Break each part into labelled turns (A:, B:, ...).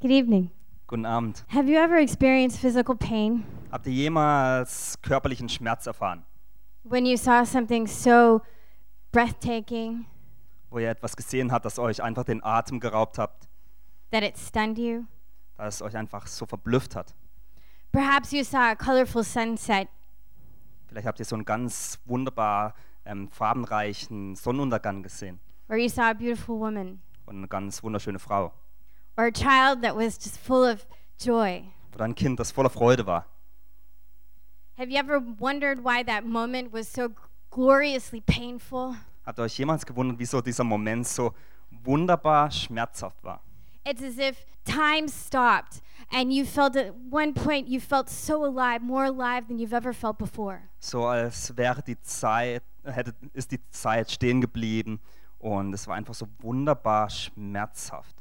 A: Good evening.
B: Guten Abend.
A: Have you ever experienced physical pain
B: Habt ihr jemals körperlichen Schmerz erfahren,
A: when you saw something so breathtaking
B: wo ihr etwas gesehen habt, das euch einfach den Atem geraubt habt,
A: that it stunned you?
B: das euch einfach so verblüfft hat?
A: Perhaps you saw a colorful sunset
B: Vielleicht habt ihr so einen ganz wunderbar ähm, farbenreichen Sonnenuntergang gesehen
A: or you saw a beautiful woman
B: und eine ganz wunderschöne Frau
A: or a child that was just full of joy.
B: oder ein Kind, das voller Freude war.
A: Have you ever wondered why that moment was so gloriously painful?
B: Habt ihr euch jemals gewundert, wieso dieser Moment so wunderbar schmerzhaft war?
A: It's as if time stopped and you felt at one point you felt so alive, more alive than you've ever felt before.
B: So als wäre die Zeit, hätte, ist die Zeit stehen geblieben und es war einfach so wunderbar schmerzhaft.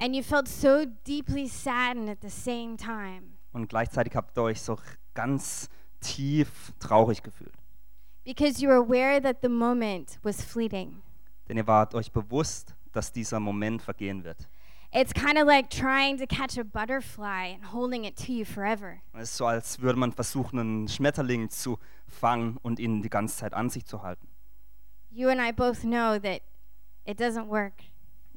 A: And you felt so deeply saddened at the same time
B: Und gleichzeitig habt ihr euch so ganz tief traurig gefühlt.
A: because you were aware that the moment was fleeting.
B: Denn ihr wart euch bewusst, dass dieser Moment vergehen wird.
A: It's kind of like trying to catch a butterfly and holding it to you forever.
B: Es ist so, als würde man versuchen, einen Schmetterling zu fangen und ihn die ganze Zeit an sich zu halten.
A: You and I both know that it doesn't work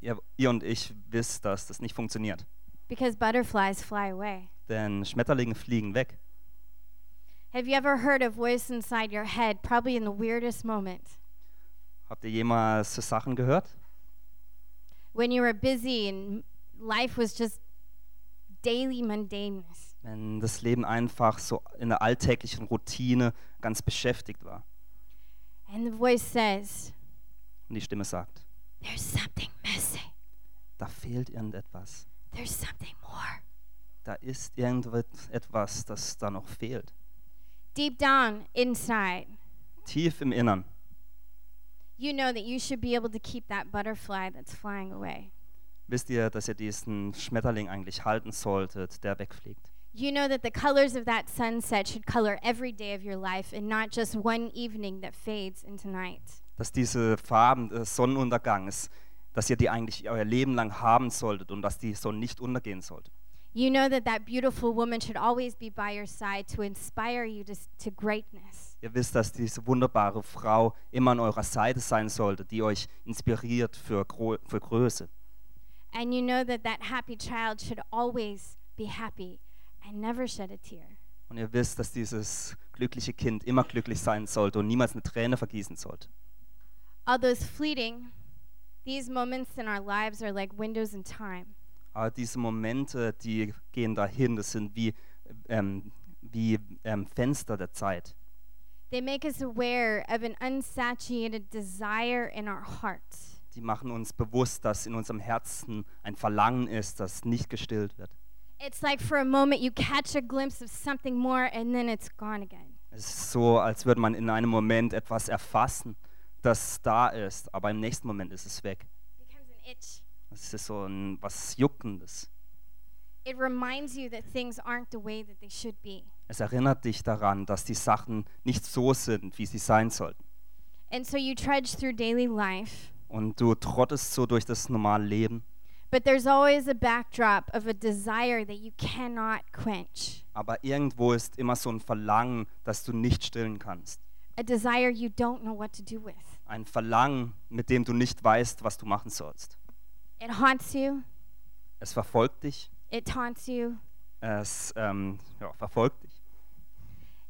B: Ihr, ihr und ich wisst, dass das nicht funktioniert.
A: because butterflies fly away.
B: Denn Schmetterlinge fliegen weg.
A: Have you ever heard a voice inside your head, probably in the weirdest moment?
B: Habt ihr jemals so Sachen gehört?
A: when you were busy and life was just daily mundaneness.
B: Wenn das Leben einfach so in der alltäglichen Routine ganz beschäftigt war.
A: And the voice says,
B: Und die Stimme sagt,
A: There's something missing.
B: da fehlt irgendetwas.
A: There's something more.
B: Da ist irgendetwas, das da noch fehlt.
A: Deep down inside,
B: Tief im Innern
A: you know that you should be able to keep that butterfly that's flying away.
B: wisst ihr, dass ihr diesen Schmetterling eigentlich halten solltet, der wegfliegt.
A: You know that the colors of that sunset should color every day of your life and not just one evening that fades into night.
B: Dass diese Farben des Sonnenuntergangs, dass ihr die eigentlich euer Leben lang haben solltet und dass die so nicht untergehen sollte.
A: You know that that beautiful woman should always be by your side to inspire you to, s- to greatness.
B: Ihr wisst, dass diese wunderbare Frau immer an eurer Seite sein sollte, die euch inspiriert für, Gro für Größe.
A: And you know that that happy child should always be happy and never shed a tear.
B: Und ihr wisst, dass dieses glückliche Kind immer glücklich sein sollte und niemals eine Träne vergießen sollte.
A: Although it's fleeting, these moments in our lives are like windows in time.
B: Aber diese Momente, die gehen dahin, das sind wie, ähm, wie ähm, Fenster der Zeit.
A: They make us aware of an unsatiated desire in our hearts.
B: die machen uns bewusst, dass in unserem Herzen ein Verlangen ist, das nicht gestillt wird.
A: It's like for a moment you catch a glimpse of something more and then it's gone again.
B: Es ist so, als würde man in einem Moment etwas erfassen, das da ist, aber im nächsten Moment ist es weg.
A: It becomes an itch.
B: Es ist so ein was Juckendes.
A: It reminds you that things aren't the way that they should be.
B: Es erinnert dich daran, dass die Sachen nicht so sind, wie sie sein sollten.
A: And so you trudge through daily life
B: Und du trottest so durch das normale Leben,
A: But there's always a backdrop of a desire that you cannot quench,
B: aber irgendwo ist immer so ein Verlangen, das du nicht stillen kannst.
A: a desire you don't know what to do with.
B: Ein Verlangen, mit dem du nicht weißt, was du machen sollst.
A: It haunts you,
B: Es verfolgt dich,
A: it taunts you.
B: es ähm, ja, verfolgt dich.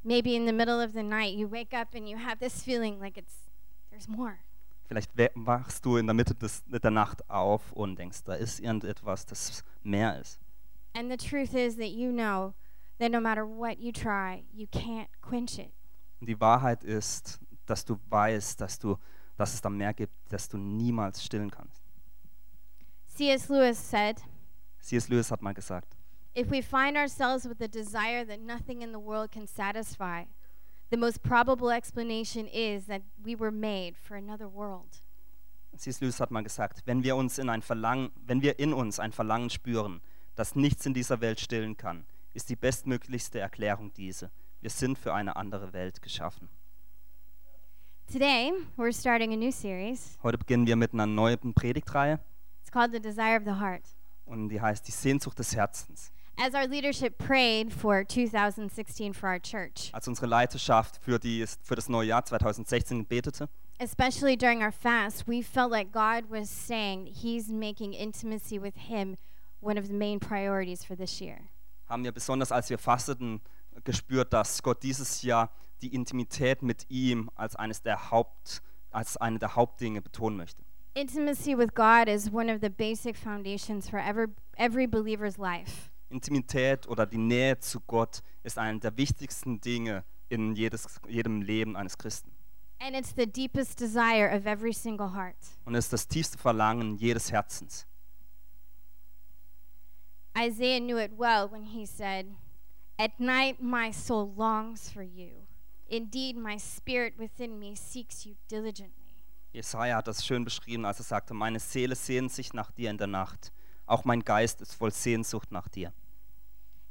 A: Maybe in the middle of the night, you wake up and you have this feeling like it's there's more.
B: Vielleicht we- wachst du in der Mitte des, der Nacht auf und denkst, da ist irgendetwas, das mehr ist.
A: And the truth is that you know that no matter what you try, you can't quench it.
B: Und die Wahrheit ist, dass du weißt, dass, du, dass es da mehr gibt, dass du niemals stillen kannst.
A: C.S. Lewis said,
B: C.S. Lewis hat mal gesagt,
A: If we find ourselves with a desire that nothing in the world can satisfy, the most probable explanation is that we were made for another world.
B: C.S. Lewis hat mal gesagt, wenn wir, uns in ein Verlangen, wenn wir in uns ein Verlangen spüren, das nichts in dieser Welt stillen kann, ist die bestmöglichste Erklärung diese. Wir sind für eine andere Welt geschaffen.
A: Today, we're starting a new series.
B: Heute beginnen wir mit einer neuen Predigtreihe.
A: It's called The Desire of the Heart.
B: und die heißt die Sehnsucht des Herzens.
A: As our leadership prayed for 2016 for our church,
B: Als unsere Leiterschaft für, die, für das neue Jahr 2016 betete,
A: especially during our fast, we felt like God was saying He's making intimacy with Him one of the main priorities for this year.
B: haben wir besonders, als wir fasteten, gespürt, dass Gott dieses Jahr die Intimität mit ihm als, eines der Haupt, als eine der Hauptdinge betonen möchte.
A: Intimacy with God is one of the basic foundations for ever, every believer's life.
B: Intimität oder die Nähe zu Gott ist eine der wichtigsten Dinge in jedes, jedem Leben eines Christen.
A: And it's the deepest desire of every single heart.
B: Und es ist das tiefste Verlangen jedes Herzens.
A: Isaiah knew it well when he said, At night my soul longs for you. Indeed, my spirit within me seeks you diligently.
B: Jesaja hat das schön beschrieben, als er sagte: Meine Seele sehnt sich nach dir in der Nacht. Auch mein Geist ist voll Sehnsucht nach dir.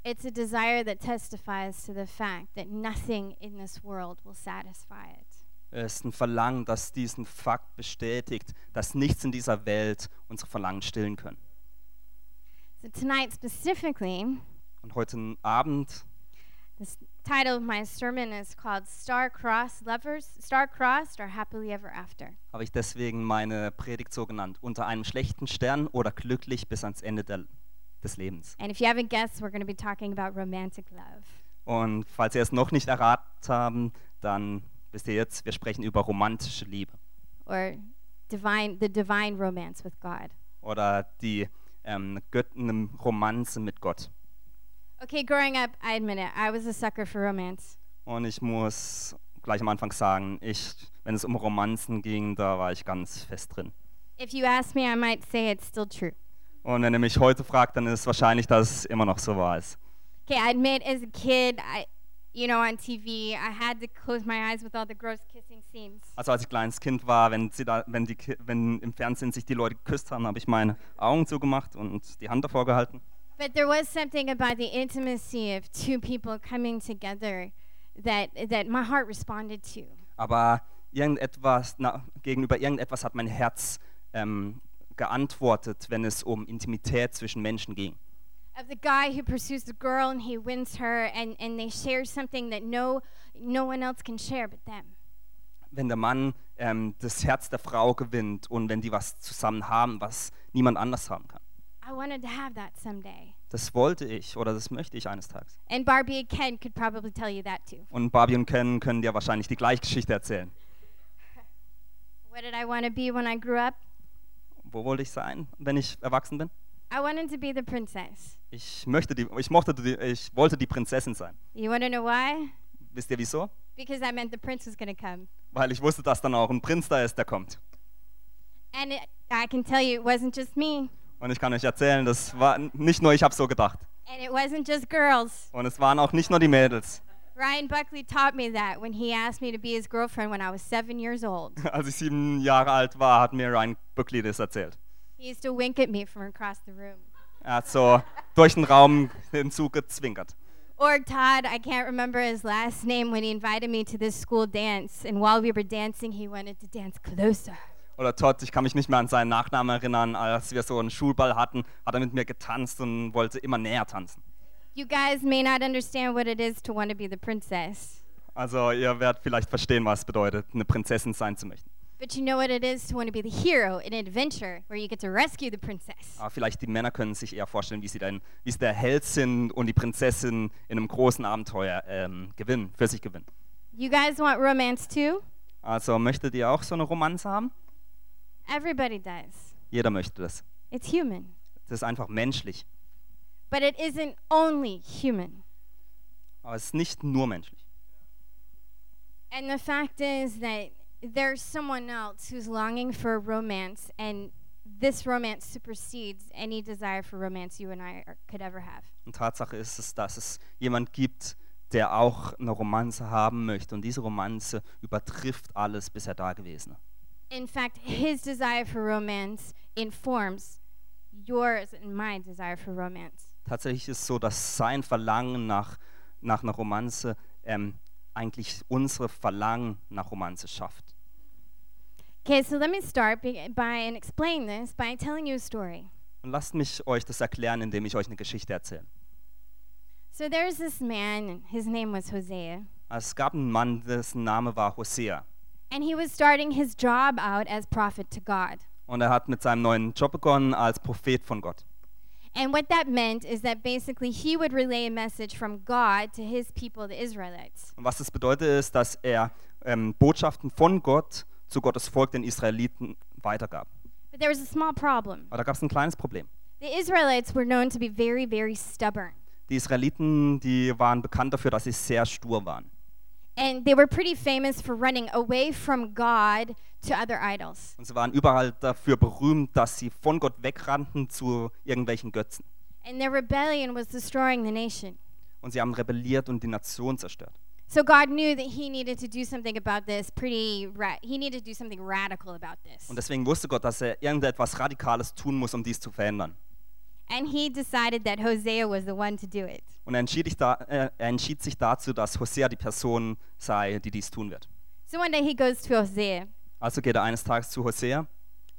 A: It's a desire that testifies to the fact that nothing in this world will satisfy it.
B: Es ist ein Verlangen, das diesen Fakt bestätigt, dass nichts in dieser Welt unsere Verlangen stillen können.
A: So, tonight specifically,
B: Und heute Abend
A: the s- title of my sermon is called Star-Crossed Lovers, Star-Crossed or Happily Ever After.
B: habe ich deswegen meine Predigt so genannt: Unter einem schlechten Stern oder glücklich bis ans Ende der, des Lebens.
A: And if you haven't guessed, we're going to be talking about romantic love.
B: Und falls ihr es noch nicht erraten haben, dann wisst ihr jetzt, wir sprechen über romantische Liebe
A: or divine the divine romance with God.
B: oder die ähm, Götten Romanze mit Gott.
A: Okay, growing up, I admit it, I was a sucker for romance.
B: Und ich muss gleich am Anfang sagen, ich, wenn es um Romanzen ging, da war ich ganz fest drin.
A: If you ask me, I might say it's still true.
B: Und wenn ihr mich heute fragt, dann ist es wahrscheinlich, dass es immer noch so war. Ist.
A: Okay, I admit as a kid, I you know, on TV, I had to close my eyes with all the gross kissing scenes.
B: Also als ich kleines Kind war, wenn, sie da, wenn, die, Ki- wenn im Fernsehen sich die Leute geküsst haben, habe ich meine Augen zugemacht und die Hand davor gehalten.
A: But there was something about the intimacy of two people coming together that that my heart responded to.
B: Aber irgendetwas, na, gegenüber irgendetwas hat mein Herz ähm, geantwortet, wenn es um Intimität zwischen Menschen ging.
A: Of the guy who pursues the girl and he wins her and, and they share something that no no one else can share but them.
B: Wenn der Mann ähm, das Herz der Frau gewinnt und wenn die was zusammen haben, was niemand anders haben kann.
A: I wanted to have that someday.
B: Das wollte ich oder das möchte ich eines Tages.
A: And Barbie and Ken could probably tell you that too.
B: Und Barbie und Ken können dir wahrscheinlich die gleiche Geschichte erzählen.
A: What did I want to be when I grew up?
B: Wo wollte ich sein, wenn ich erwachsen bin?
A: I wanted to be the princess.
B: Ich möchte die, ich mochte die, ich wollte die Prinzessin sein.
A: You want to know why?
B: Wisst ihr wieso?
A: Because I meant the prince was going to come.
B: Weil ich wusste, dass dann auch ein Prinz da ist, der kommt.
A: And it, I can tell you, it wasn't just me,
B: Und ich kann euch erzählen, das war n- nicht nur ich habe so gedacht.
A: and it wasn't just girls.
B: Und es waren auch nicht nur die Mädels.
A: Ryan Buckley taught me that when he asked me to be his girlfriend when I was seven years old.
B: Als ich sieben Jahre alt war, hat mir Ryan Buckley das erzählt.
A: He used to wink at me from across the room.
B: Er hat so durch den Raum hinzugezwinkert.
A: Or Todd, I can't remember his last name, when he invited me to this school dance, and while we were dancing, he wanted to dance closer.
B: Oder Todd, ich kann mich nicht mehr an seinen Nachnamen erinnern, als wir so einen Schulball hatten, hat er mit mir getanzt und wollte immer näher tanzen.
A: You guys may not understand what it is to want to be the princess,
B: Also ihr werdet vielleicht verstehen, was es bedeutet, eine Prinzessin sein zu möchten.
A: but you know what it is to want to be the hero in an adventure where you get to rescue the princess.
B: Aber vielleicht die Männer können sich eher vorstellen, wie sie dann, wie es der Held sind und die Prinzessin in einem großen Abenteuer ähm, gewinnen, für sich gewinnen.
A: You guys want romance too?
B: Also möchtet ihr auch so eine Romanze haben?
A: Everybody does.
B: Jeder möchte das.
A: It's human.
B: Das ist einfach menschlich.
A: But it isn't only human.
B: Aber es ist nicht nur menschlich.
A: And the fact is that there's someone else who's longing for romance, and this romance supersedes any desire for romance you and I are, could ever have.
B: Und Tatsache ist es, dass es jemand gibt, der auch eine Romanze haben möchte. Und diese Romanze übertrifft alles bisher Dagewesene.
A: In fact, his desire for romance informs yours and my desire for romance.
B: Tatsächlich ist es so, dass sein Verlangen nach, nach einer Romanze ähm, eigentlich unsere Verlangen nach Romanze schafft.
A: Okay, so let me start be- by and explain this by telling you a story.
B: Und lasst mich euch das erklären, indem ich euch eine Geschichte erzähle.
A: So there was this man, and his name was Hosea,
B: Also es gab einen Mann, dessen Name war Hosea.
A: and he was starting his job out as prophet to God.
B: Und er hat mit seinem neuen Job begonnen als Prophet von Gott.
A: And what that meant is that basically he would relay a message from God to his people, the Israelites.
B: Und was das bedeutet, ist, dass er ähm, Botschaften von Gott zu Gottes Volk, den Israeliten, weitergab.
A: But there was a small problem.
B: Aber da gab es ein kleines Problem.
A: The Israelites were known to be very, very stubborn,
B: Die Israeliten, die waren bekannt dafür, dass sie sehr stur waren.
A: and they were pretty famous for running away from God to other idols.
B: Und sie waren überall dafür berühmt, dass sie von Gott wegrannten zu irgendwelchen Götzen.
A: And their rebellion was destroying the nation.
B: Und sie haben rebelliert und die Nation zerstört.
A: So God knew that he needed to do something about this pretty ra- he needed to do something radical about this.
B: Und deswegen wusste Gott, dass er irgendetwas Radikales tun muss, um dies zu verändern.
A: And he decided that Hosea was the one to do it.
B: Und er entschied, sich da, äh, er entschied sich dazu, dass Hosea die Person sei, die dies tun wird.
A: So one day he goes to Hosea
B: Also geht er eines Tages zu Hosea und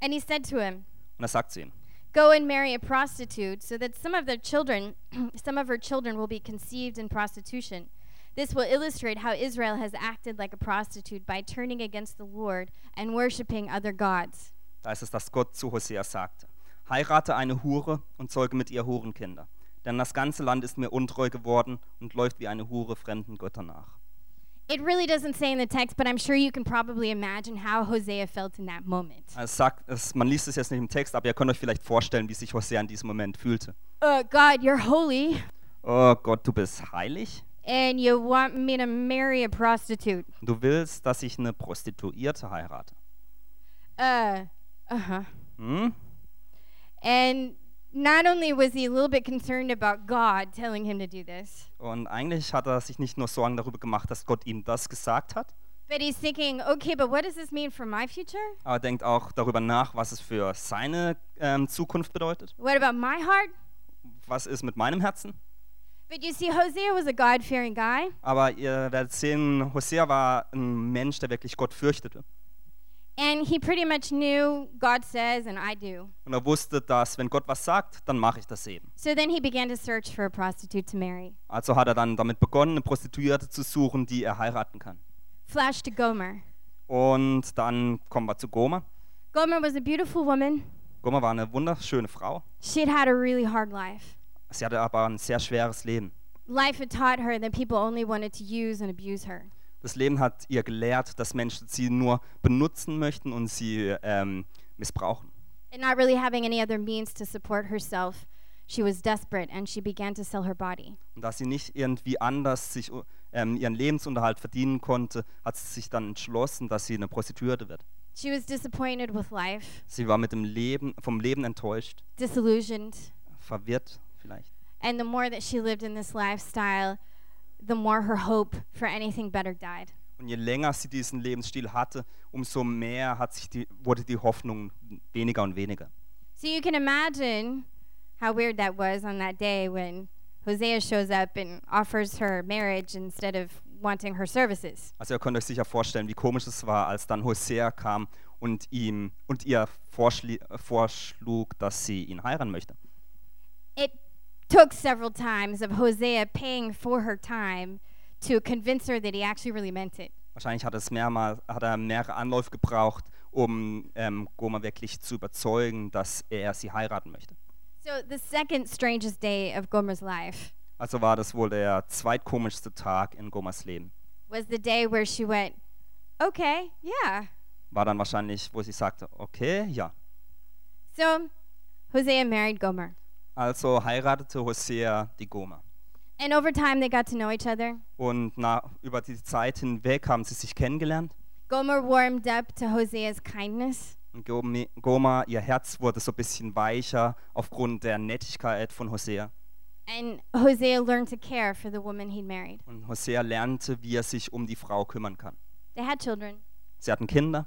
A: and he said to him,
B: er sagt zu ihm,
A: Go and marry a prostitute, so that some of their children, some of her children will be conceived in prostitution. This will illustrate how Israel has acted like a prostitute by turning against the Lord and worshiping other gods.
B: da ist es, dass Gott zu Hosea sagte, heirate eine Hure und zeuge mit ihr Hurenkinder, denn das ganze Land ist mir untreu geworden und läuft wie eine Hure fremden Göttern nach.
A: It really doesn't say in the text, but I'm sure you can probably imagine how Hosea felt in that moment.
B: Also es sagt, es, man liest es jetzt nicht im Text, aber ihr könnt euch vielleicht vorstellen, wie sich Hosea in diesem Moment fühlte.
A: Uh, God, you're holy,
B: Oh Gott, du bist heilig?
A: and you want me to marry a prostitute.
B: Du willst, dass ich eine Prostituierte heirate?
A: Uh, uh huh.
B: Hm?
A: And not only was he a little bit concerned about God telling him to do this,
B: Und eigentlich hat er sich nicht nur Sorgen darüber gemacht, dass Gott ihm das gesagt hat,
A: But he's thinking, okay, but what does this mean for my future?
B: aber er denkt auch darüber nach, was es für seine ähm, Zukunft bedeutet.
A: What about my heart?
B: Was ist mit meinem Herzen?
A: But you see, Hosea was a God fearing guy,
B: Aber ihr werdet sehen, Hosea war ein Mensch, der wirklich Gott fürchtete.
A: and he pretty much knew God says, and I do.
B: Und er wusste, dass wenn Gott was sagt, dann mache ich das eben.
A: So then he began to search for a prostitute to marry.
B: Also hat er dann damit begonnen, eine Prostituierte zu suchen, die er heiraten kann.
A: Flash to Gomer.
B: Und dann kommen wir zu Goma.
A: Gomer was a beautiful woman.
B: Goma war eine wunderschöne Frau.
A: She had had a really hard life.
B: Sie hatte aber ein sehr schweres Leben.
A: Life had taught her that people only wanted to use and abuse her.
B: Das Leben hat ihr gelehrt, dass Menschen sie nur benutzen möchten und sie ähm, missbrauchen.
A: And not really having any other means to support herself, she was desperate and she began to sell her body.
B: Und da sie nicht irgendwie anders sich, ähm, ihren Lebensunterhalt verdienen konnte, hat sie sich dann entschlossen, dass sie eine Prostituierte wird.
A: She was disappointed with life,
B: Sie war mit dem Leben, vom Leben enttäuscht,
A: disillusioned,
B: verwirrt vielleicht.
A: And the more that she lived in this lifestyle, the more her hope for anything better died.
B: Und je länger sie diesen Lebensstil hatte, umso mehr hat sich die, wurde die Hoffnung weniger und weniger.
A: So you can imagine how weird that was on that day when Hosea shows up and offers her marriage instead of wanting her services.
B: Also ihr könnt euch sicher vorstellen, wie komisch es war, als dann Hosea kam und, ihm, und ihr vorschli- äh, vorschlug, dass sie ihn heiraten möchte.
A: It took several times of Hosea paying for her time to convince her that he actually really meant it.
B: Wahrscheinlich hat, es mehrmal, hat er mehrere Anläufe gebraucht, um ähm, Goma wirklich zu überzeugen, dass er sie heiraten möchte.
A: So the second strangest day of Gomer's life
B: Also war das wohl der zweitkomischste Tag in Gomas Leben.
A: was the day where she went, "Okay, yeah."
B: War dann wahrscheinlich, wo sie sagte, okay, ja.
A: So Hosea married Gomer.
B: Also heiratete Hosea die Goma.
A: And over time, they got to know each other.
B: Und na, über die Zeit hinweg haben sie sich kennengelernt.
A: Gomer warmed up to Hosea's kindness,
B: Und Gomi- Goma, ihr Herz wurde so ein bisschen weicher aufgrund der Nettigkeit von Hosea.
A: and Hosea learned to care for the woman he'd married.
B: Und Hosea lernte, wie er sich um die Frau kümmern kann.
A: They had children.
B: Sie hatten Kinder.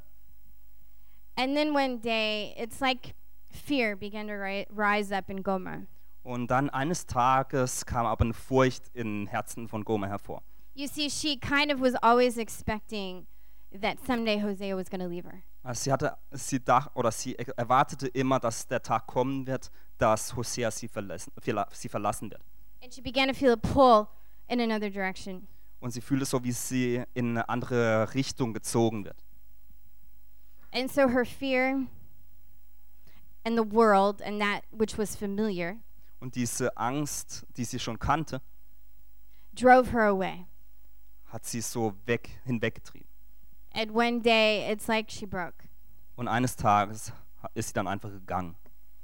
A: And then one day, it's like fear began to ri- rise up in Gomer.
B: Und dann eines Tages kam aber eine Furcht im Herzen von Goma hervor.
A: You see, she kind of was always expecting that someday Hosea was going to leave her.
B: Also Sie hatte, sie dach, oder sie er- erwartete immer, dass der Tag kommen wird, dass Hosea sie verlassen, verla- sie verlassen wird.
A: And she began to feel a pull in another direction.
B: Und sie fühlte so, wie sie in eine andere Richtung gezogen wird.
A: And so her fear and the world and that which was familiar
B: Und diese Angst, die sie schon kannte,
A: drove her away.
B: hat sie so weg, hinweggetrieben.
A: And one day, it's like she broke.
B: Und eines Tages ha- ist sie dann einfach gegangen.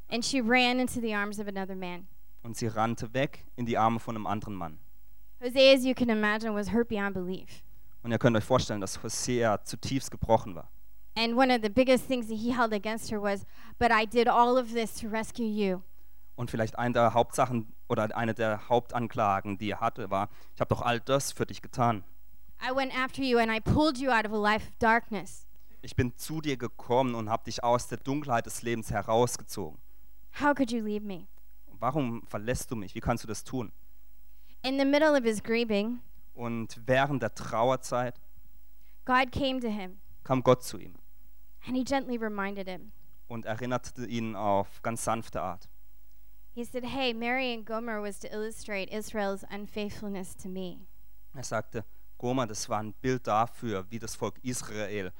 A: And she ran into the arms of another man.
B: Und sie rannte weg in die Arme von einem anderen Mann.
A: Hosea, as you can imagine, was hurt beyond belief.
B: Und ihr könnt euch vorstellen, dass Hosea zutiefst gebrochen war.
A: And one of the biggest things that he held against her was, But I did all of this to rescue you.
B: Und vielleicht eine der Hauptsachen oder eine der Hauptanklagen, die er hatte, war, ich habe doch all das für dich getan.
A: I went after you and I pulled you out of a life of darkness.
B: Ich bin zu dir gekommen und habe dich aus der Dunkelheit des Lebens herausgezogen.
A: How could you leave me?
B: Warum verlässt du mich? Wie kannst du das tun?
A: In the middle of his grieving,
B: Und während der Trauerzeit
A: God came to him
B: kam Gott zu ihm
A: and he gently reminded him.
B: und erinnerte ihn auf ganz sanfte Art.
A: He said, Hey, Mary and Gomer was to illustrate Israel's unfaithfulness to me.
B: Er sagte, Goma, das war ein Bild dafür, wie das Volk Israel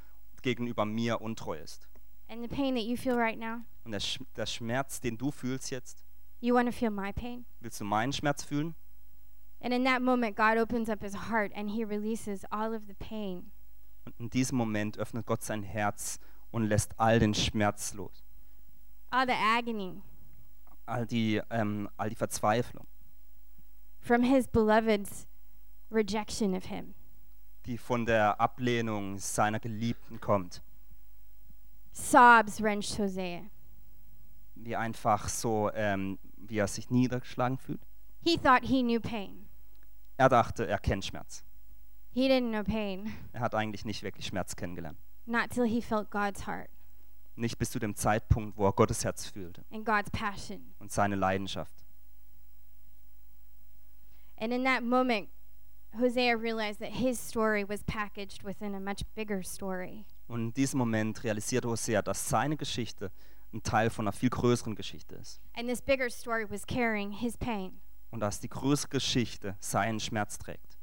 B: gegenüber mir untreu ist.
A: And the pain that you feel right now,
B: Und der, Sch der Schmerz, den du fühlst jetzt,
A: you want to feel my pain?
B: willst du meinen Schmerz fühlen?
A: And in that moment, God opens up his heart and he releases all of the pain.
B: Und in diesem Moment öffnet Gott sein Herz und lässt all den Schmerz los,
A: all the agony
B: all die, ähm, all die Verzweiflung,
A: from his beloved's rejection of him.
B: die von der Ablehnung seiner Geliebten kommt,
A: Sobs wrenched Hosea.
B: wie einfach so, ähm, wie er sich niedergeschlagen fühlt.
A: He thought he knew pain.
B: Er dachte, er kennt Schmerz.
A: He didn't know pain,
B: Er hat eigentlich nicht wirklich Schmerz kennengelernt.
A: not till he felt God's heart
B: Nicht bis zu dem Zeitpunkt, wo er Gottes Herz fühlte
A: and God's passion.
B: und seine Leidenschaft.
A: And in that moment, Hosea realized that his story was packaged within a much bigger story.
B: Und in diesem Moment realisierte Hosea, dass seine Geschichte ein Teil von einer viel größeren Geschichte ist.
A: And this bigger story was carrying his pain.
B: Und dass die größere Geschichte seinen Schmerz trägt.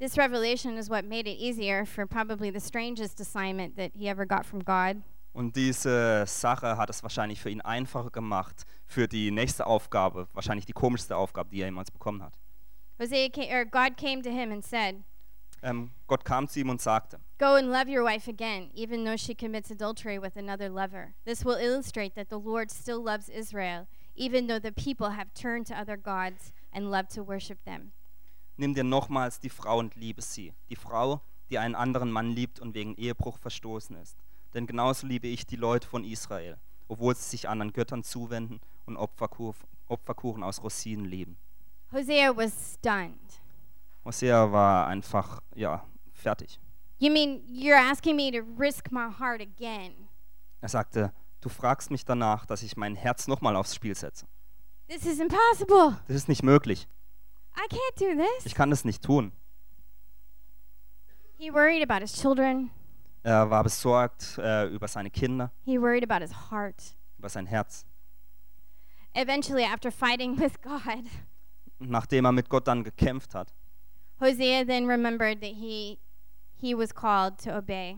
A: This revelation is what made it easier for probably the strangest assignment that he ever got from God
B: Und diese Sache hat es wahrscheinlich für ihn einfacher gemacht, für die nächste Aufgabe, wahrscheinlich die komischste Aufgabe, die er jemals bekommen hat.
A: Hosea came, or God came to him and said,
B: Ähm, Gott kam zu ihm und sagte,
A: Go and love your wife again, even though she commits adultery with another lover. This will illustrate that the Lord still loves Israel, even though the people have turned to other gods and love to worship them.
B: nimm dir nochmals die Frau und liebe sie, die Frau, die einen anderen Mann liebt und wegen Ehebruch verstoßen ist. Denn genauso liebe ich die Leute von Israel, obwohl sie sich anderen Göttern zuwenden und Opferkuch- Opferkuchen aus Rosinen lieben.
A: Hosea was stunned.
B: Hosea war einfach, ja, fertig.
A: You mean you're asking me to risk my heart again?
B: Er sagte, du fragst mich danach, dass ich mein Herz nochmal aufs Spiel setze.
A: This is impossible.
B: Das ist nicht möglich.
A: I can't do this.
B: Ich kann das nicht tun.
A: He worried about his children,
B: Er war besorgt äh, über seine Kinder,
A: he worried about his heart.
B: über sein Herz.
A: Eventually, after fighting with God,
B: Nachdem er mit Gott dann gekämpft hat,
A: Hosea then remembered that he, he was called to obey.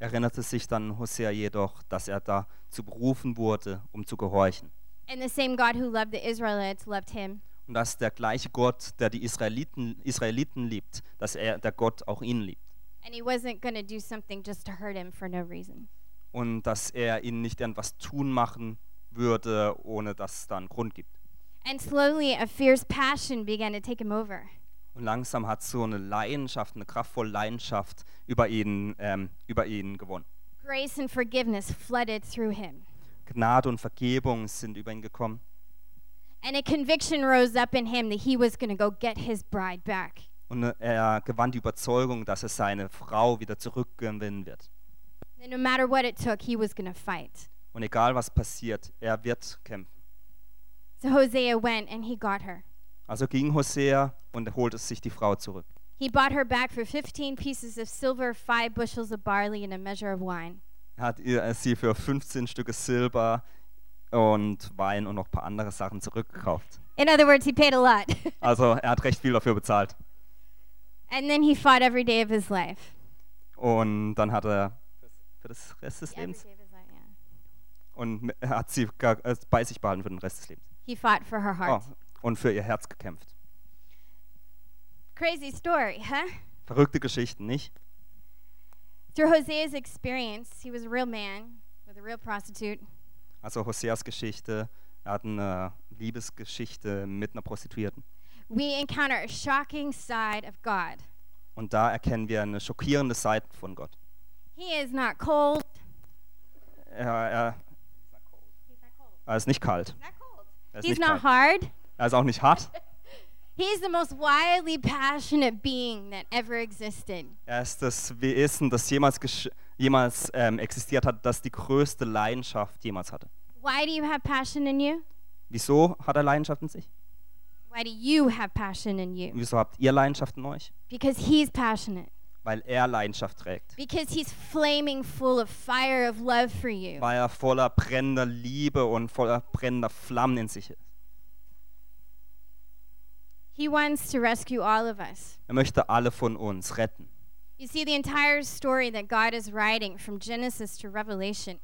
B: erinnerte sich dann Hosea jedoch, dass er dazu berufen wurde, um zu gehorchen.
A: And the same God who loved the Israelites loved him.
B: Und dass der gleiche Gott, der die Israeliten, Israeliten liebt, dass er, der Gott auch ihn liebt.
A: And he wasn't going to do something just to hurt him for no reason.
B: Und dass er ihnen nicht irgendwas tun machen würde, ohne dass es da einen Grund gibt.
A: And slowly, a fierce passion began to take him over.
B: Und langsam hat so eine Leidenschaft, eine kraftvolle Leidenschaft über ihn, ähm, über ihn gewonnen.
A: Grace and forgiveness flooded through him.
B: Gnade und Vergebung sind über ihn gekommen.
A: And a conviction rose up in him that he was going to go get his bride back.
B: Und er gewann die Überzeugung, dass er seine Frau wieder zurückgewinnen wird.
A: And no matter what it took, he was going to fight.
B: Und egal was passiert, er wird kämpfen.
A: So Hosea went and he got her.
B: Also ging Hosea und holte sich die Frau zurück.
A: He bought her back for 15 pieces of silver, five bushels of barley, and a measure of wine.
B: Er hat ihr, äh, sie für 15 Stücke Silber und Wein und noch ein paar andere Sachen zurückgekauft.
A: In other words, he paid a lot.
B: Also er hat recht viel dafür bezahlt.
A: and then he fought every day of his life.
B: Und dann hat er für das Rest des Lebens
A: of his life, yeah.
B: und m- er hat sie gar, äh, bei sich behalten für den Rest des Lebens.
A: He fought for her
B: Oh,
A: heart.
B: und für ihr Herz gekämpft.
A: Crazy story, huh?
B: Verrückte Geschichten, nicht?
A: Through Hosea's experience, he was a real man with a real prostitute.
B: Also Hoseas Geschichte, er hat eine Liebesgeschichte mit einer Prostituierten.
A: We encounter a shocking side of God.
B: Und da erkennen wir eine schockierende Seite von Gott.
A: He is not cold.
B: Er, er,
A: He's not cold.
B: er ist nicht kalt.
A: Not cold.
B: Er ist,
A: He's
B: nicht
A: not
B: kalt.
A: hard.
B: er ist auch nicht hart.
A: He's the most wildly passionate being that ever existed.
B: Er ist das Wesen, das jemals, gesch- jemals ähm, existiert hat, das die größte Leidenschaft jemals hatte.
A: Why do you have passion in you?
B: Wieso hat er Leidenschaft in sich?
A: Why do you have passion in you?
B: Wieso habt ihr Leidenschaft in euch?
A: Because he's passionate.
B: Weil er Leidenschaft trägt.
A: Because he's flaming full of fire of love for you.
B: Weil er voller brennender Liebe und voller brennender Flammen in sich ist.
A: He wants to rescue all of us.
B: Er möchte alle von uns retten.
A: You see, the entire story that God is writing from Genesis to Revelation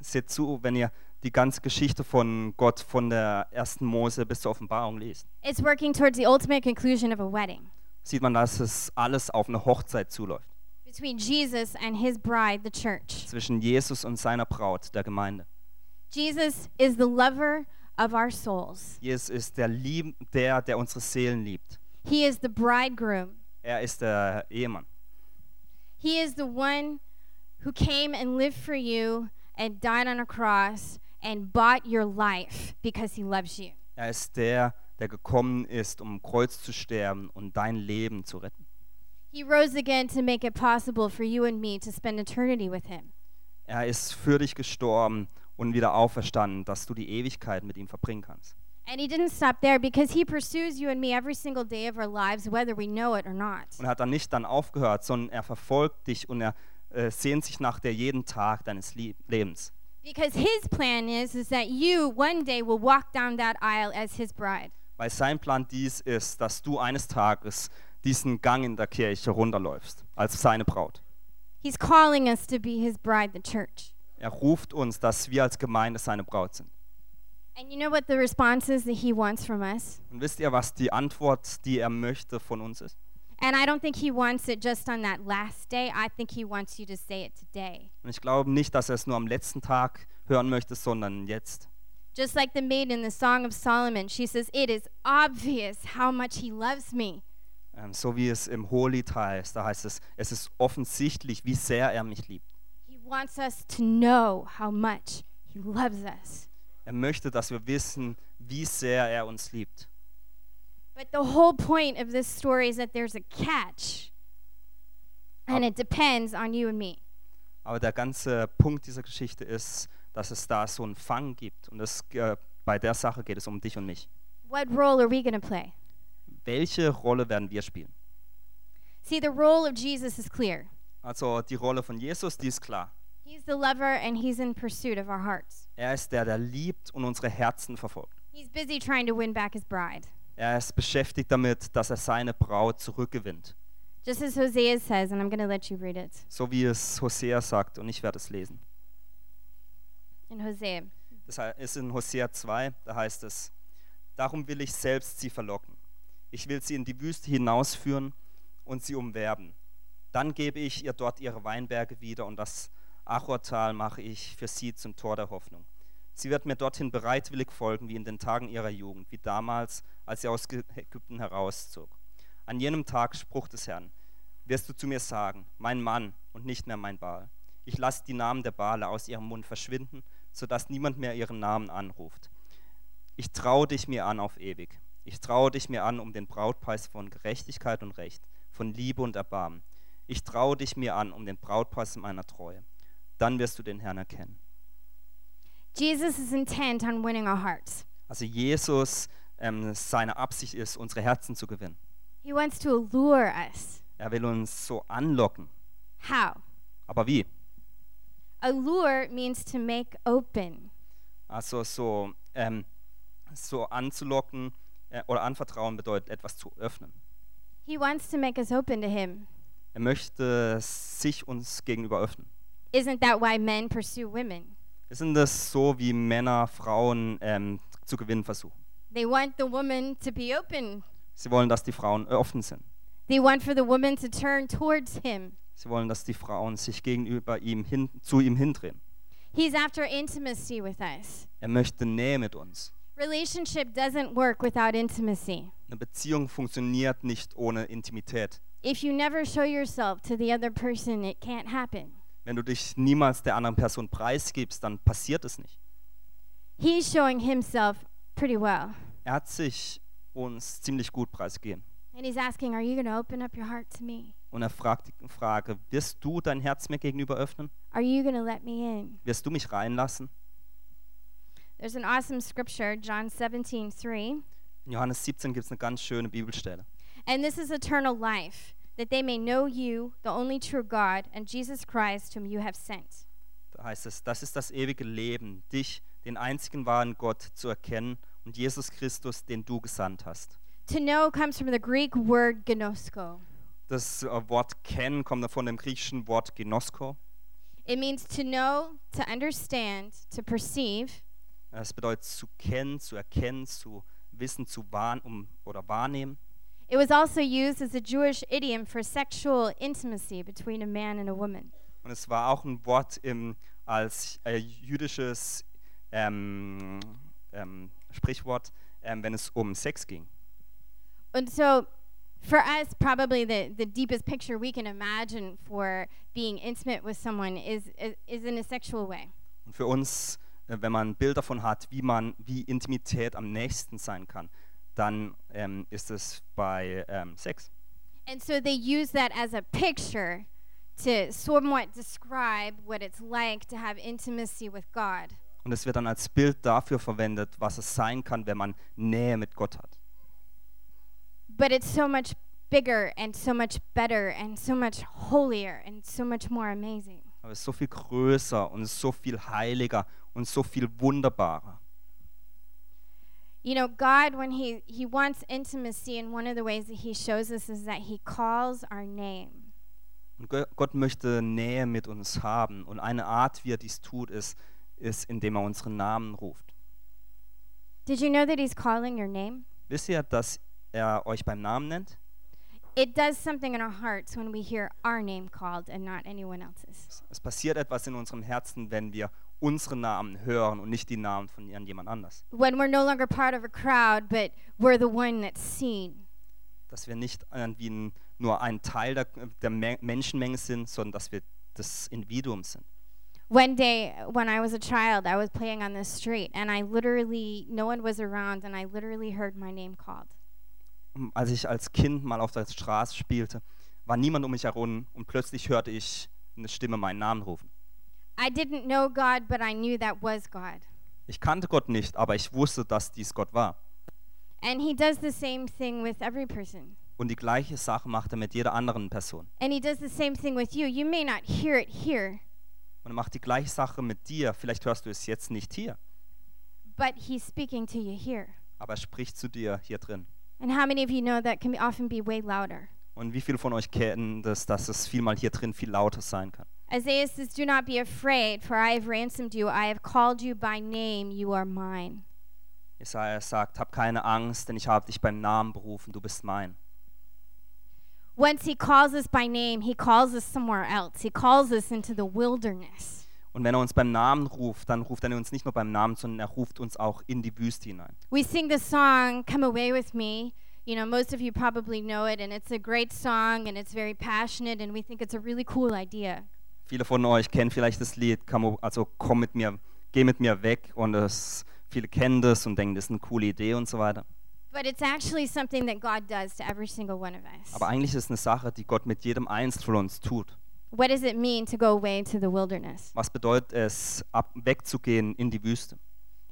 B: Seht zu, wenn ihr die ganze Geschichte von Gott von der ersten Mose bis zur Offenbarung liest,
A: is working towards the ultimate conclusion of a wedding
B: sieht man, dass es alles auf eine Hochzeit zuläuft.
A: between Jesus and his bride, the church.
B: Zwischen Jesus und seiner Braut, der Gemeinde.
A: Jesus is the lover of our souls,
B: Jesus ist der, Lieb der, der unsere Seelen liebt.
A: he is the bridegroom,
B: Er ist der Ehemann.
A: he is the one who came and lived for you and died on a cross and bought your life because he loves you.
B: Er ist der, der gekommen ist, um am Kreuz zu sterben und dein Leben zu retten.
A: He rose again to make it possible for you and me to spend eternity with him.
B: Er ist für dich gestorben und wieder auferstanden, dass du die Ewigkeit mit ihm verbringen kannst.
A: And he didn't stop there because he pursues you and me every single day of our lives, whether we know it or not.
B: Und er hat dann nicht dann aufgehört, sondern er verfolgt dich und er äh, sehnt sich nach dir jeden Tag deines Lie- Lebens.
A: Because his plan is, is that you one day will walk down that aisle as his bride.
B: Weil sein Plan dies ist, dass du eines Tages diesen Gang in der Kirche runterläufst, als seine Braut.
A: He's calling us to be his bride, the church.
B: Er ruft uns, dass wir als Gemeinde seine Braut sind.
A: And you know what the response is that he wants from us?
B: Und wisst ihr, was die Antwort, die er möchte, von uns ist?
A: And I don't think he wants it just on that last day. I think he wants you to say it today.
B: Und ich glaube nicht, dass er es nur am letzten Tag hören möchte, sondern jetzt.
A: Just like the maid in the Song of Solomon, she says, It is obvious how much he loves me.
B: Ähm, so wie es im Hohelied heißt, da heißt es, es ist offensichtlich, wie sehr er mich liebt.
A: He wants us to know how much he loves us.
B: Er möchte, dass wir wissen, wie sehr er uns liebt.
A: But the whole point of this story is that there's a catch. And
B: Ab-
A: it depends on you and me.
B: Aber der ganze Punkt dieser Geschichte ist, dass es da so einen Fang gibt. Und das, äh, bei der Sache geht es um dich und mich.
A: What role are we going to play?
B: Welche Rolle werden wir spielen?
A: See, the role of Jesus is clear.
B: Also die Rolle von Jesus, die ist klar.
A: He's the lover and he's in pursuit of our hearts.
B: Er ist der, der liebt und unsere Herzen verfolgt.
A: He's busy trying to win back his bride.
B: Er ist beschäftigt damit, dass er seine Braut zurückgewinnt.
A: Just as Hosea says, and I'm going to let you read it
B: So wie es Hosea sagt, und ich werde es lesen.
A: in Hosea.
B: Das hei- ist in Hosea 2, da heißt es, darum will ich selbst sie verlocken. Ich will sie in die Wüste hinausführen und sie umwerben. Dann gebe ich ihr dort ihre Weinberge wieder und das Achortal mache ich für sie zum Tor der Hoffnung. Sie wird mir dorthin bereitwillig folgen, wie in den Tagen ihrer Jugend, wie damals, als sie aus Ge- Ägypten herauszog. An jenem Tag, Spruch des Herrn, wirst du zu mir sagen, mein Mann und nicht mehr mein Baal. Ich lasse die Namen der Baale aus ihrem Mund verschwinden, sodass niemand mehr ihren Namen anruft. Ich traue dich mir an auf ewig. Ich traue dich mir an um den Brautpreis von Gerechtigkeit und Recht, von Liebe und Erbarmen. Ich traue dich mir an um den Brautpreis meiner Treue. Dann wirst du den Herrn erkennen.
A: Jesus is intent on winning our hearts.
B: Also Jesus, ähm, seine Absicht ist, unsere Herzen zu gewinnen.
A: He wants to allure us.
B: Er will uns so anlocken.
A: How?
B: Aber wie?
A: Allure means to make open.
B: Also so, ähm, so anzulocken äh, oder anvertrauen bedeutet etwas zu öffnen.
A: He wants to make us open to Him.
B: Er möchte sich uns gegenüber öffnen.
A: Isn't that why men pursue women?
B: Sind das so, wie Männer Frauen ähm, zu gewinnen versuchen?
A: They want the woman to be open.
B: Sie wollen, dass die Frauen offen sind.
A: They want for the woman to turn towards Him.
B: Sie wollen, dass die Frauen sich gegenüber ihm hin, zu ihm hindrehen.
A: He's after intimacy with us.
B: Er möchte Nähe mit uns.
A: Relationship doesn't work without intimacy.
B: Eine Beziehung funktioniert nicht ohne Intimität.
A: If you never show yourself to the other person, it can't happen.
B: Wenn du dich niemals der anderen Person preisgibst, dann passiert es nicht.
A: He's showing himself pretty well.
B: Er hat sich uns ziemlich gut preisgegeben.
A: And he's asking, Are you going to open up your heart to me?
B: Und er fragt die Frage, wirst du dein Herz mir gegenüber öffnen?
A: Are you going to let me in?
B: Wirst du mich reinlassen?
A: There's an awesome scripture, John 17, 3.
B: In Johannes 17 gibt es eine ganz schöne Bibelstelle.
A: And this is eternal life, that they may know you, the only true God, and Jesus Christ, whom you have sent.
B: Da heißt es, das ist das ewige Leben, dich, den einzigen wahren Gott, zu erkennen und Jesus Christus, den du gesandt hast.
A: To know comes from the Greek word gnosko.
B: Das äh, Wort kennen kommt von dem griechischen Wort genosko.
A: It means to know, to understand, to perceive,
B: Das Äh, bedeutet zu kennen, zu erkennen, zu wissen, zu wahren um, oder wahrnehmen.
A: It was also used as a Jewish idiom for sexual intimacy between a man and a woman.
B: Und es war auch ein Wort im, als äh, jüdisches ähm, ähm, Sprichwort, ähm, wenn es um Sex ging.
A: And so, for us, probably the, the deepest picture we can imagine for being intimate with someone is, is, is in a sexual way.
B: Und für uns, äh, wenn man ein Bild davon hat, wie man, wie Intimität am nächsten sein kann, dann ähm, ist es bei ähm, Sex.
A: And so, they use that as a picture to somewhat describe what it's like to have intimacy with God.
B: Und es wird dann als Bild dafür verwendet, was es sein kann, wenn man Nähe mit Gott hat.
A: But it's so much bigger and so much better and so much holier and so much more amazing.
B: Aber es ist so viel größer und es ist so viel heiliger und so viel wunderbarer.
A: You know, God, when he, he wants intimacy, and one of the ways that He shows us is that He calls our name.
B: Und Gö- Gott möchte Nähe mit uns haben. Und eine Art, wie er dies tut, ist, ist, indem er unseren Namen ruft.
A: Did you know that He's calling your name?
B: Wisst ihr, dass er euch beim Namen nennt?
A: It does something in our hearts when we hear our name called and not anyone else's.
B: Es- Es passiert etwas in unserem Herzen, wenn wir unsere Namen hören und nicht die Namen von irgendjemand anders.
A: When we're no longer part of a crowd, but we're the one that's seen.
B: Dass wir nicht irgendwie n- nur ein Teil der, der Me Menschenmenge sind, sondern dass wir das Individuum sind.
A: One day, when I was a child, I was playing on the street, and I literally, no one was around, and I literally heard my name called.
B: M- Als ich als Kind mal auf der Straße spielte, war niemand um mich herum und plötzlich hörte ich eine Stimme meinen Namen rufen.
A: I didn't know God, but I knew that was God.
B: Ich kannte Gott nicht, aber ich wusste, dass dies Gott war.
A: And He does the same thing with every person.
B: Und die gleiche Sache macht er mit jeder anderen Person.
A: And he does the same thing with you. You may not hear it here,
B: Und er macht die gleiche Sache mit dir. Vielleicht hörst du es jetzt nicht hier,
A: but he's speaking to you here.
B: aber er spricht zu dir hier drin.
A: And how many of you know that can be- often be way louder?
B: Und wie viele von euch kennen das, dass es vielmal hier drin viel lauter sein kann?
A: Isaiah says, Do not be afraid, for I have ransomed you. I have called you by name. You are mine.
B: Jesaja sagt: Hab keine Angst, denn ich habe dich beim Namen berufen, du bist mein.
A: Once he calls us by name, he calls us somewhere else. He calls us into the wilderness.
B: Und wenn er uns beim Namen ruft, dann ruft er uns nicht nur beim Namen, sondern er ruft uns auch in die Wüste hinein.
A: We sing the song, Come Away With Me. You know, most of you probably know it, and it's a great song, and it's very passionate, and we think it's a really cool idea.
B: Viele von euch kennen vielleicht das Lied, Kamo- also komm mit mir, geh mit mir weg. Und es, viele kennen das und denken, das ist eine coole Idee und so weiter.
A: But it's actually something that God does to every single one of us.
B: Aber eigentlich ist es eine Sache, die Gott mit jedem Einzelnen von uns tut.
A: What does it mean to go away to the wilderness?
B: Was bedeutet es, ab, wegzugehen in die Wüste?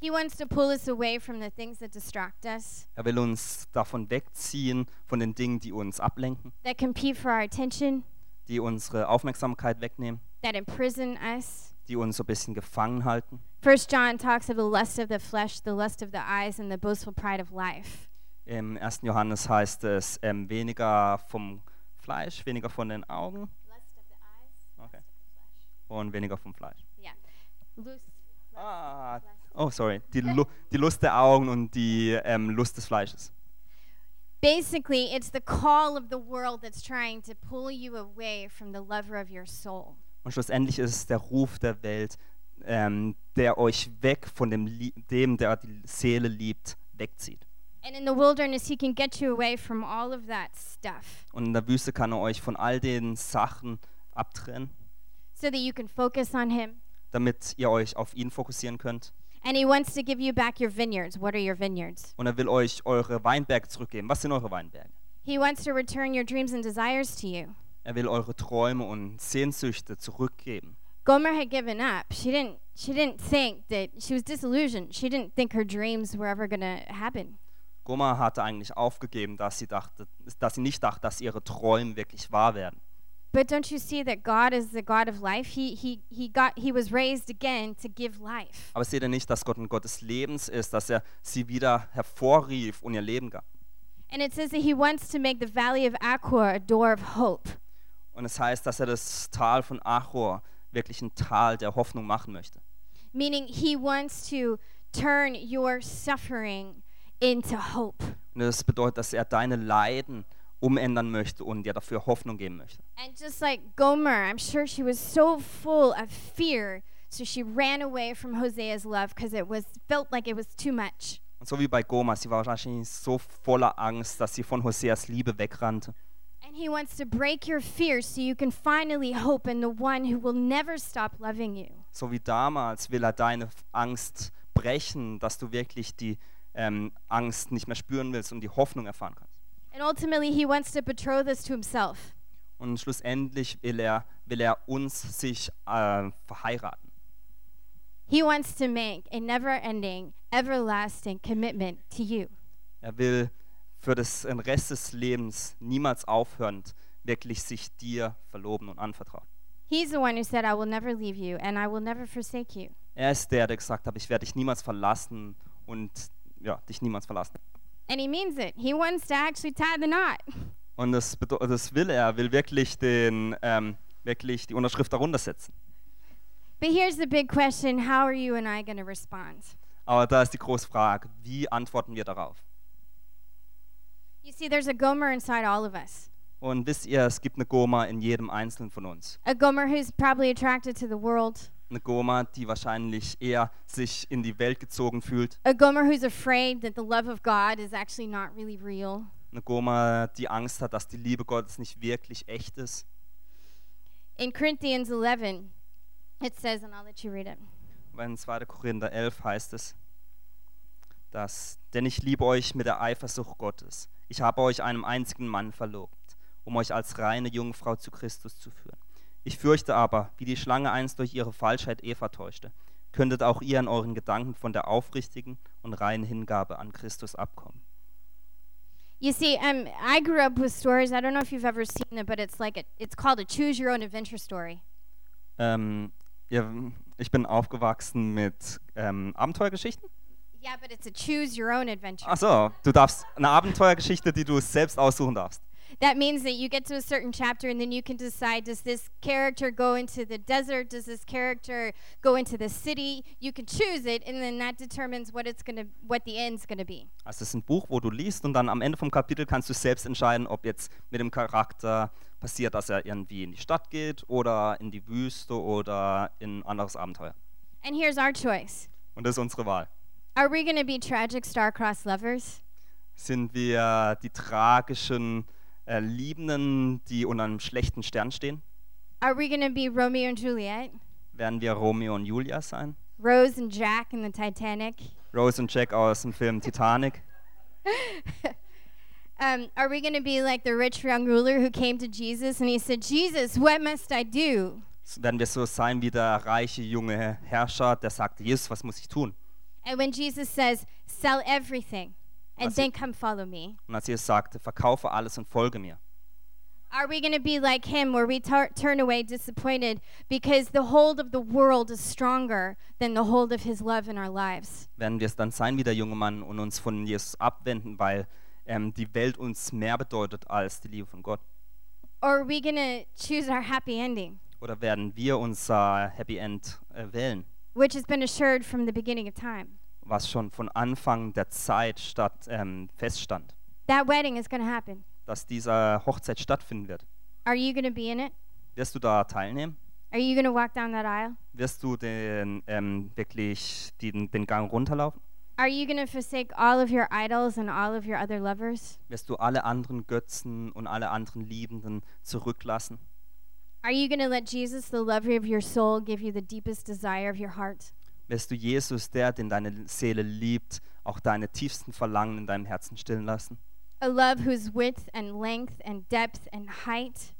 A: He wants to pull us away from the things that distract us,
B: Er will uns davon wegziehen, von den Dingen, die uns ablenken,
A: that compete for our attention,
B: die unsere Aufmerksamkeit wegnehmen,
A: that imprison us.
B: die uns so ein bisschen gefangen halten.
A: First John talks of the lust of the flesh, the lust of the eyes, and the boastful pride of life.
B: Im 1. Johannes heißt es, ähm, weniger vom Fleisch, weniger von den Augen
A: Lust of the eyes,
B: Okay. lust und weniger vom Fleisch.
A: Yeah. Lust.
B: Ah, oh, sorry. Die, Lu die Lust der Augen und die ähm, Lust des Fleisches.
A: Basically, it's the call of the world that's trying to pull you away from the lover of your soul.
B: Und schlussendlich ist es der Ruf der Welt, ähm, der euch weg von dem, Lie- dem, der die Seele liebt, wegzieht.
A: And in the wilderness, he can get you away from all of that stuff
B: Und in der Wüste kann er euch von all den Sachen abtrennen,
A: so that you can focus on him.
B: damit ihr euch auf ihn fokussieren könnt.
A: And he wants to give you back your vineyards. What are your vineyards?
B: Und er will euch eure Weinberge zurückgeben. Was sind eure Weinberge?
A: He wants to return your dreams and desires to you.
B: Er will eure Träume und Sehnsüchte zurückgeben.
A: Gomer had given up. She didn't she didn't think that she was disillusioned. She didn't think her dreams were ever going to happen.
B: Goma hatte eigentlich aufgegeben, dass sie, dachte, dass sie nicht dachte, dass ihre Träume wirklich wahr werden.
A: But don't you see that God is the God of life? He he he got he was raised again to give life.
B: Aber seht ihr nicht, dass Gott ein Gott des Lebens ist, dass er sie wieder hervorrief und ihr Leben gab?
A: And it says that he wants to make the valley of Achor a door of hope.
B: Und es heißt, dass er das Tal von Achor wirklich ein Tal der Hoffnung machen möchte.
A: Meaning he wants to turn your suffering into hope.
B: Und das bedeutet, dass er deine Leiden umändern möchte und dir dafür Hoffnung geben möchte.
A: And just like Gomer, I'm sure she was so full of fear, so she ran away from Hosea's love because it was felt like it was too much.
B: Und so wie bei Goma, sie war wahrscheinlich so voller Angst, dass sie von Hoseas Liebe wegrannte.
A: And he wants to break your fear so you can finally hope in the one who will never stop loving you.
B: So wie damals will er deine Angst brechen, dass du wirklich die ähm, Angst nicht mehr spüren willst und die Hoffnung erfahren kannst.
A: And ultimately, he wants to betroth us to himself.
B: Und schlussendlich will er, will er uns sich äh, verheiraten.
A: He wants to make a never ending, everlasting commitment to you.
B: Er will für das, den Rest des Lebens niemals aufhörend wirklich sich dir verloben und anvertrauen.
A: He's the one who said, I will never leave you and I will never forsake you.
B: Er ist der, der gesagt hat, ich werde dich niemals verlassen und ja, dich niemals verlassen.
A: And he means it. He wants to actually tie the knot.
B: Und das, bedo- das will er, will wirklich, den, ähm, wirklich die Unterschrift darunter setzen.
A: But here's the big question how are you and I going to respond?
B: Aber da ist die große Frage, wie antworten wir darauf?
A: You see, there's a Gomer inside all of us.
B: Und wisst ihr, es gibt eine Goma in jedem Einzelnen von uns.
A: A Gomer who's probably attracted to the world.
B: Eine Goma, die wahrscheinlich eher sich in die Welt gezogen fühlt.
A: A Gomer who's afraid that the love of God is actually not really real.
B: Eine Goma, die Angst hat, dass die Liebe Gottes nicht wirklich echt ist.
A: In Corinthians 11, it says, and I'll let you read it.
B: Aber in 2. Korinther 11 heißt es, dass, denn ich liebe euch mit der Eifersucht Gottes. Ich habe euch einem einzigen Mann verlobt, um euch als reine Jungfrau zu Christus zu führen. Ich fürchte aber, wie die Schlange einst durch ihre Falschheit Eva täuschte, könntet auch ihr in euren Gedanken von der aufrichtigen und reinen Hingabe an Christus abkommen.
A: You see, um, I grew up with stories. I don't know if you've ever seen them, but it's like a, it's called a choose your own adventure story.
B: Ähm, ja, ich bin aufgewachsen mit ähm, Abenteuergeschichten.
A: Yeah, but it's a choose your own adventure.
B: Ach so, du darfst eine Abenteuergeschichte, die du selbst aussuchen darfst.
A: That means that you get to a certain chapter and then you can decide does this character go into the desert? Does this character go into the city? You can choose it and then that determines what it's going to what the end's going to be.
B: Also es ist ein Buch, wo du liest und dann am Ende vom Kapitel kannst du selbst entscheiden, ob jetzt mit dem Charakter passiert, dass er irgendwie in die Stadt geht oder in die Wüste oder in ein anderes Abenteuer.
A: And here's our choice.
B: Und das ist unsere Wahl.
A: Are we going to be tragic star-crossed lovers?
B: Sind wir die tragischen äh, Liebenden, die unter einem schlechten Stern stehen?
A: Are we going to be Romeo and Juliet?
B: Werden wir Romeo und Julia sein?
A: Rose and Jack in the Titanic?
B: Rose und Jack aus dem Film Titanic?
A: Um, are we going to be like the rich young ruler who came to Jesus and he said, Jesus, what must I do?
B: S- Werden wir so sein wie der reiche junge Herrscher, der sagte, Jesus, was muss ich tun?
A: And when Jesus says, sell everything and
B: Was
A: then
B: it-
A: come follow me,
B: Und als Jesus sagte, verkaufe alles und folge mir,
A: are we going to be like him where we tar- turn away disappointed because the hold of the world is stronger than the hold of his love in our lives?
B: werden wir es dann sein wie der junge Mann und uns von Jesus abwenden, weil ähm, die Welt uns mehr bedeutet als die Liebe von Gott?
A: Or are we going to choose our happy ending,
B: Oder werden wir unser Happy End äh, wählen,
A: which has been assured from the beginning of time?
B: was schon von Anfang der Zeit statt, ähm, feststand,
A: That wedding is going to happen.
B: dass dieser Hochzeit stattfinden wird?
A: Are you going to be in it?
B: Wirst du da teilnehmen?
A: Are you going to walk down that aisle?
B: Wirst du den, ähm, wirklich den, den Gang runterlaufen?
A: Are you going to forsake all of your idols and all of your other lovers?
B: Wirst du alle anderen Götzen und alle anderen Liebenden zurücklassen?
A: Are you going to let Jesus, the lover of your soul, give you the deepest desire of your heart?
B: Wirst du Jesus, der, den deine Seele liebt, auch deine tiefsten Verlangen in deinem Herzen stillen lassen?
A: A love whose width and length and depth and height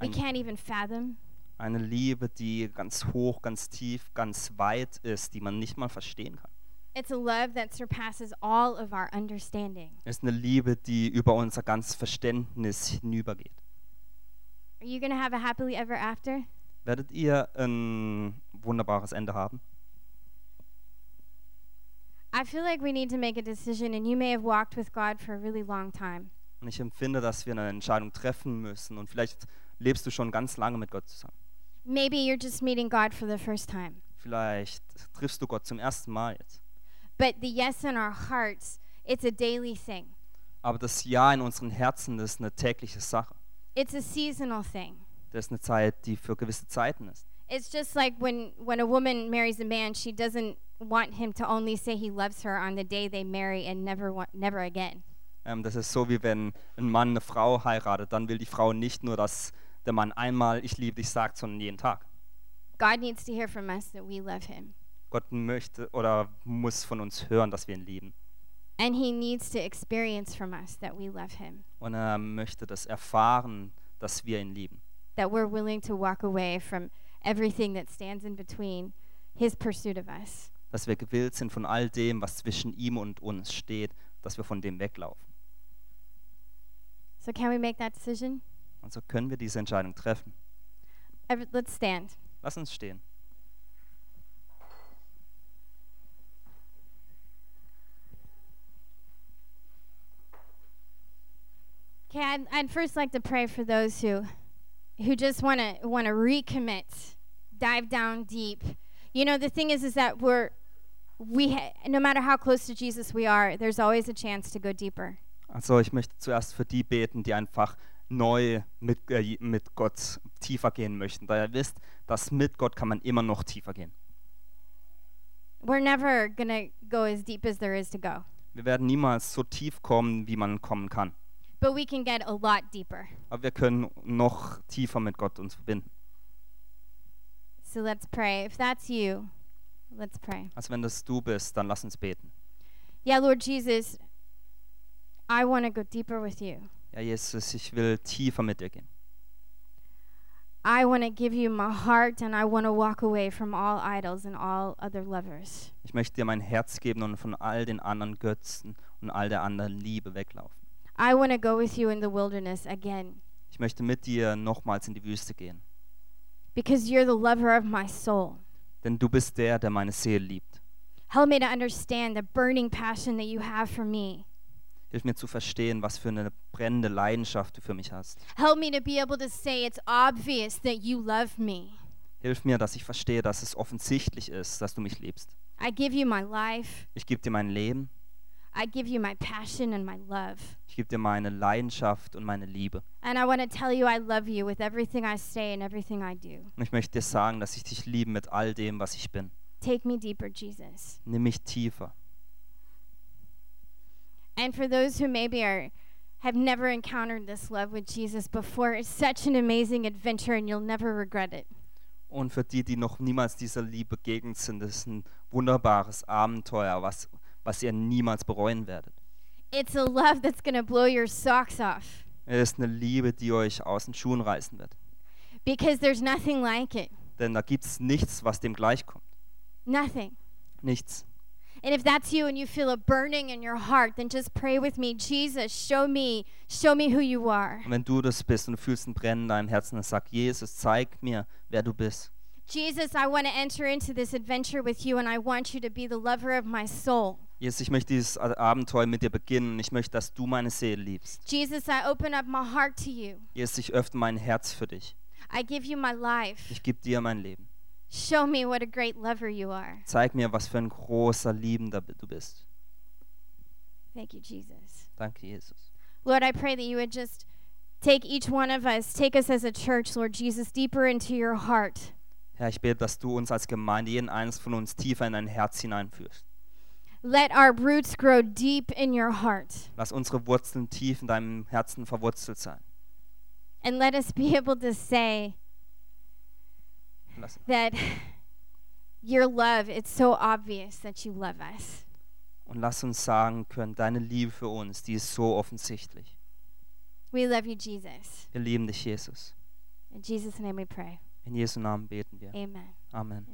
A: we
B: Ein-
A: can't even fathom.
B: Eine Liebe, die ganz hoch, ganz tief, ganz weit ist, die man nicht mal verstehen kann.
A: It's a love that surpasses all of our understanding.
B: Es ist eine Liebe, die über unser ganzes Verständnis hinübergeht.
A: Are you going to have a happily ever after?
B: Werdet ihr ein wunderbares Ende haben?
A: I feel like we need to make a decision, and you may have walked with God for a really long time.
B: Und ich empfinde, dass wir eine Entscheidung treffen müssen. Und vielleicht lebst du schon ganz lange mit Gott zusammen.
A: Maybe you're just meeting God for the first time.
B: Vielleicht triffst du Gott zum ersten Mal jetzt.
A: But the yes in our hearts, it's a daily thing,
B: Aber das Ja in unseren Herzen das ist eine tägliche Sache.
A: it's a seasonal thing.
B: Das ist eine Zeit, die für gewisse Zeiten ist.
A: It's just like when, when a woman marries a man, she doesn't want him to only say he loves her on the day they marry and never, wa- never again.
B: Ähm, das ist so, wie wenn ein Mann eine Frau heiratet. Dann will die Frau nicht nur, dass der Mann einmal ich liebe dich sagt, sondern jeden Tag.
A: God needs to hear from us that we love him.
B: Gott möchte oder muss von uns hören, dass wir ihn lieben.
A: And he needs to experience from us that we love him,
B: Und er möchte das erfahren, dass wir ihn lieben.
A: that we're willing to walk away from everything that stands in between his pursuit of us.
B: Dass wir gewillt sind von all dem, was zwischen ihm und uns steht, dass wir von dem weglaufen.
A: So, can we make that decision?
B: Und so können wir diese Entscheidung treffen.
A: Ev- Let's stand.
B: Lass uns stehen.
A: Okay, I'd, I'd first like to pray for those who, who just want to want to recommit, dive down deep. You know, the thing is, is that we're, we ha- no matter how close to Jesus we are, there's always a chance to go deeper.
B: Also ich möchte zuerst für die beten, die einfach neu mit, äh, mit Gott tiefer gehen möchten. Da ihr wisst, dass mit Gott kann man immer noch tiefer gehen.
A: We're never gonna go as deep as there is to go,
B: Wir werden niemals so tief kommen, wie man kommen kann.
A: but we can get a lot deeper.
B: Aber wir können noch tiefer mit Gott uns verbinden.
A: So let's pray. If that's you, let's pray.
B: Also wenn das du bist, dann lass uns beten.
A: Yeah, Lord Jesus, I want to go deeper with you.
B: Ja, Jesus, ich will tiefer mit dir gehen.
A: I want to give you my heart and I want to walk away from all idols and all other lovers.
B: Ich möchte dir mein Herz geben und von all den anderen Götzen und all der anderen Liebe weglaufen.
A: I want to go with you in the wilderness again
B: Ich möchte mit dir nochmals in die Wüste gehen.
A: because you're the lover of my soul.
B: Denn du bist der, der meine Seele liebt.
A: Help me to understand the burning passion that you have for me.
B: Hilf mir zu verstehen, was für eine brennende Leidenschaft du für mich hast.
A: Help me to be able to say it's obvious that you love me.
B: Hilf mir, dass ich verstehe, dass es offensichtlich ist, dass du mich liebst.
A: I give you my life.
B: Ich gebe dir mein Leben,
A: I give you my passion and my love.
B: ich gebe dir meine Leidenschaft und meine Liebe.
A: And I want to tell you I love you with everything I say and everything I do.
B: Und ich möchte dir sagen, dass ich dich liebe mit all dem, was ich bin.
A: Take me deeper, Jesus.
B: Nimm mich tiefer.
A: And for those who maybe are have never encountered this love with Jesus before, it's such an amazing adventure and you'll never regret it.
B: Und für die, die noch niemals dieser Liebe gegend sind, das ist ein wunderbares Abenteuer, was, was ihr niemals bereuen werdet.
A: It's a love that's going to blow your socks off
B: Es ist eine Liebe, die euch aus den Schuhen reißen wird.
A: because there's nothing like it.
B: Denn da gibt es nichts, was dem gleichkommt.
A: Nothing.
B: Nichts.
A: And if that's you and you feel a burning in your heart, then just pray with me, Jesus, show me, show me who you are.
B: Und wenn du das bist und du fühlst ein Brennen in deinem Herzen, dann sag, Jesus, zeig mir, wer du bist.
A: Jesus, I want to enter into this adventure with you and I want you to be the lover of my soul.
B: Jesus, ich möchte dieses A- Abenteuer mit dir beginnen. Ich möchte, dass du meine Seele liebst.
A: Jesus, I open up my heart to you.
B: Jesus, ich öffne mein Herz für dich.
A: I give you my life.
B: Ich gebe dir mein Leben.
A: Show me what a great lover you are.
B: Zeig mir, was für ein großer Liebender du bist.
A: Thank you, Jesus.
B: Danke, Jesus.
A: Lord, I pray that you would just take each one of us, take us as a church, Lord Jesus, deeper into your heart.
B: Herr, ich bete, dass du uns als Gemeinde, jeden eines von uns, tiefer in dein Herz hineinführst.
A: Let our roots grow deep in your heart.
B: Lass unsere Wurzeln tief in deinem Herzen verwurzelt sein.
A: And let us be able to say
B: Lass,
A: that your love, it's so obvious that you love us.
B: und lass uns sagen können, deine Liebe für uns, die ist so offensichtlich.
A: We love you, Jesus.
B: Wir lieben dich, Jesus.
A: In Jesus' name we pray.
B: In Jesu Namen beten wir.
A: Amen.
B: Amen.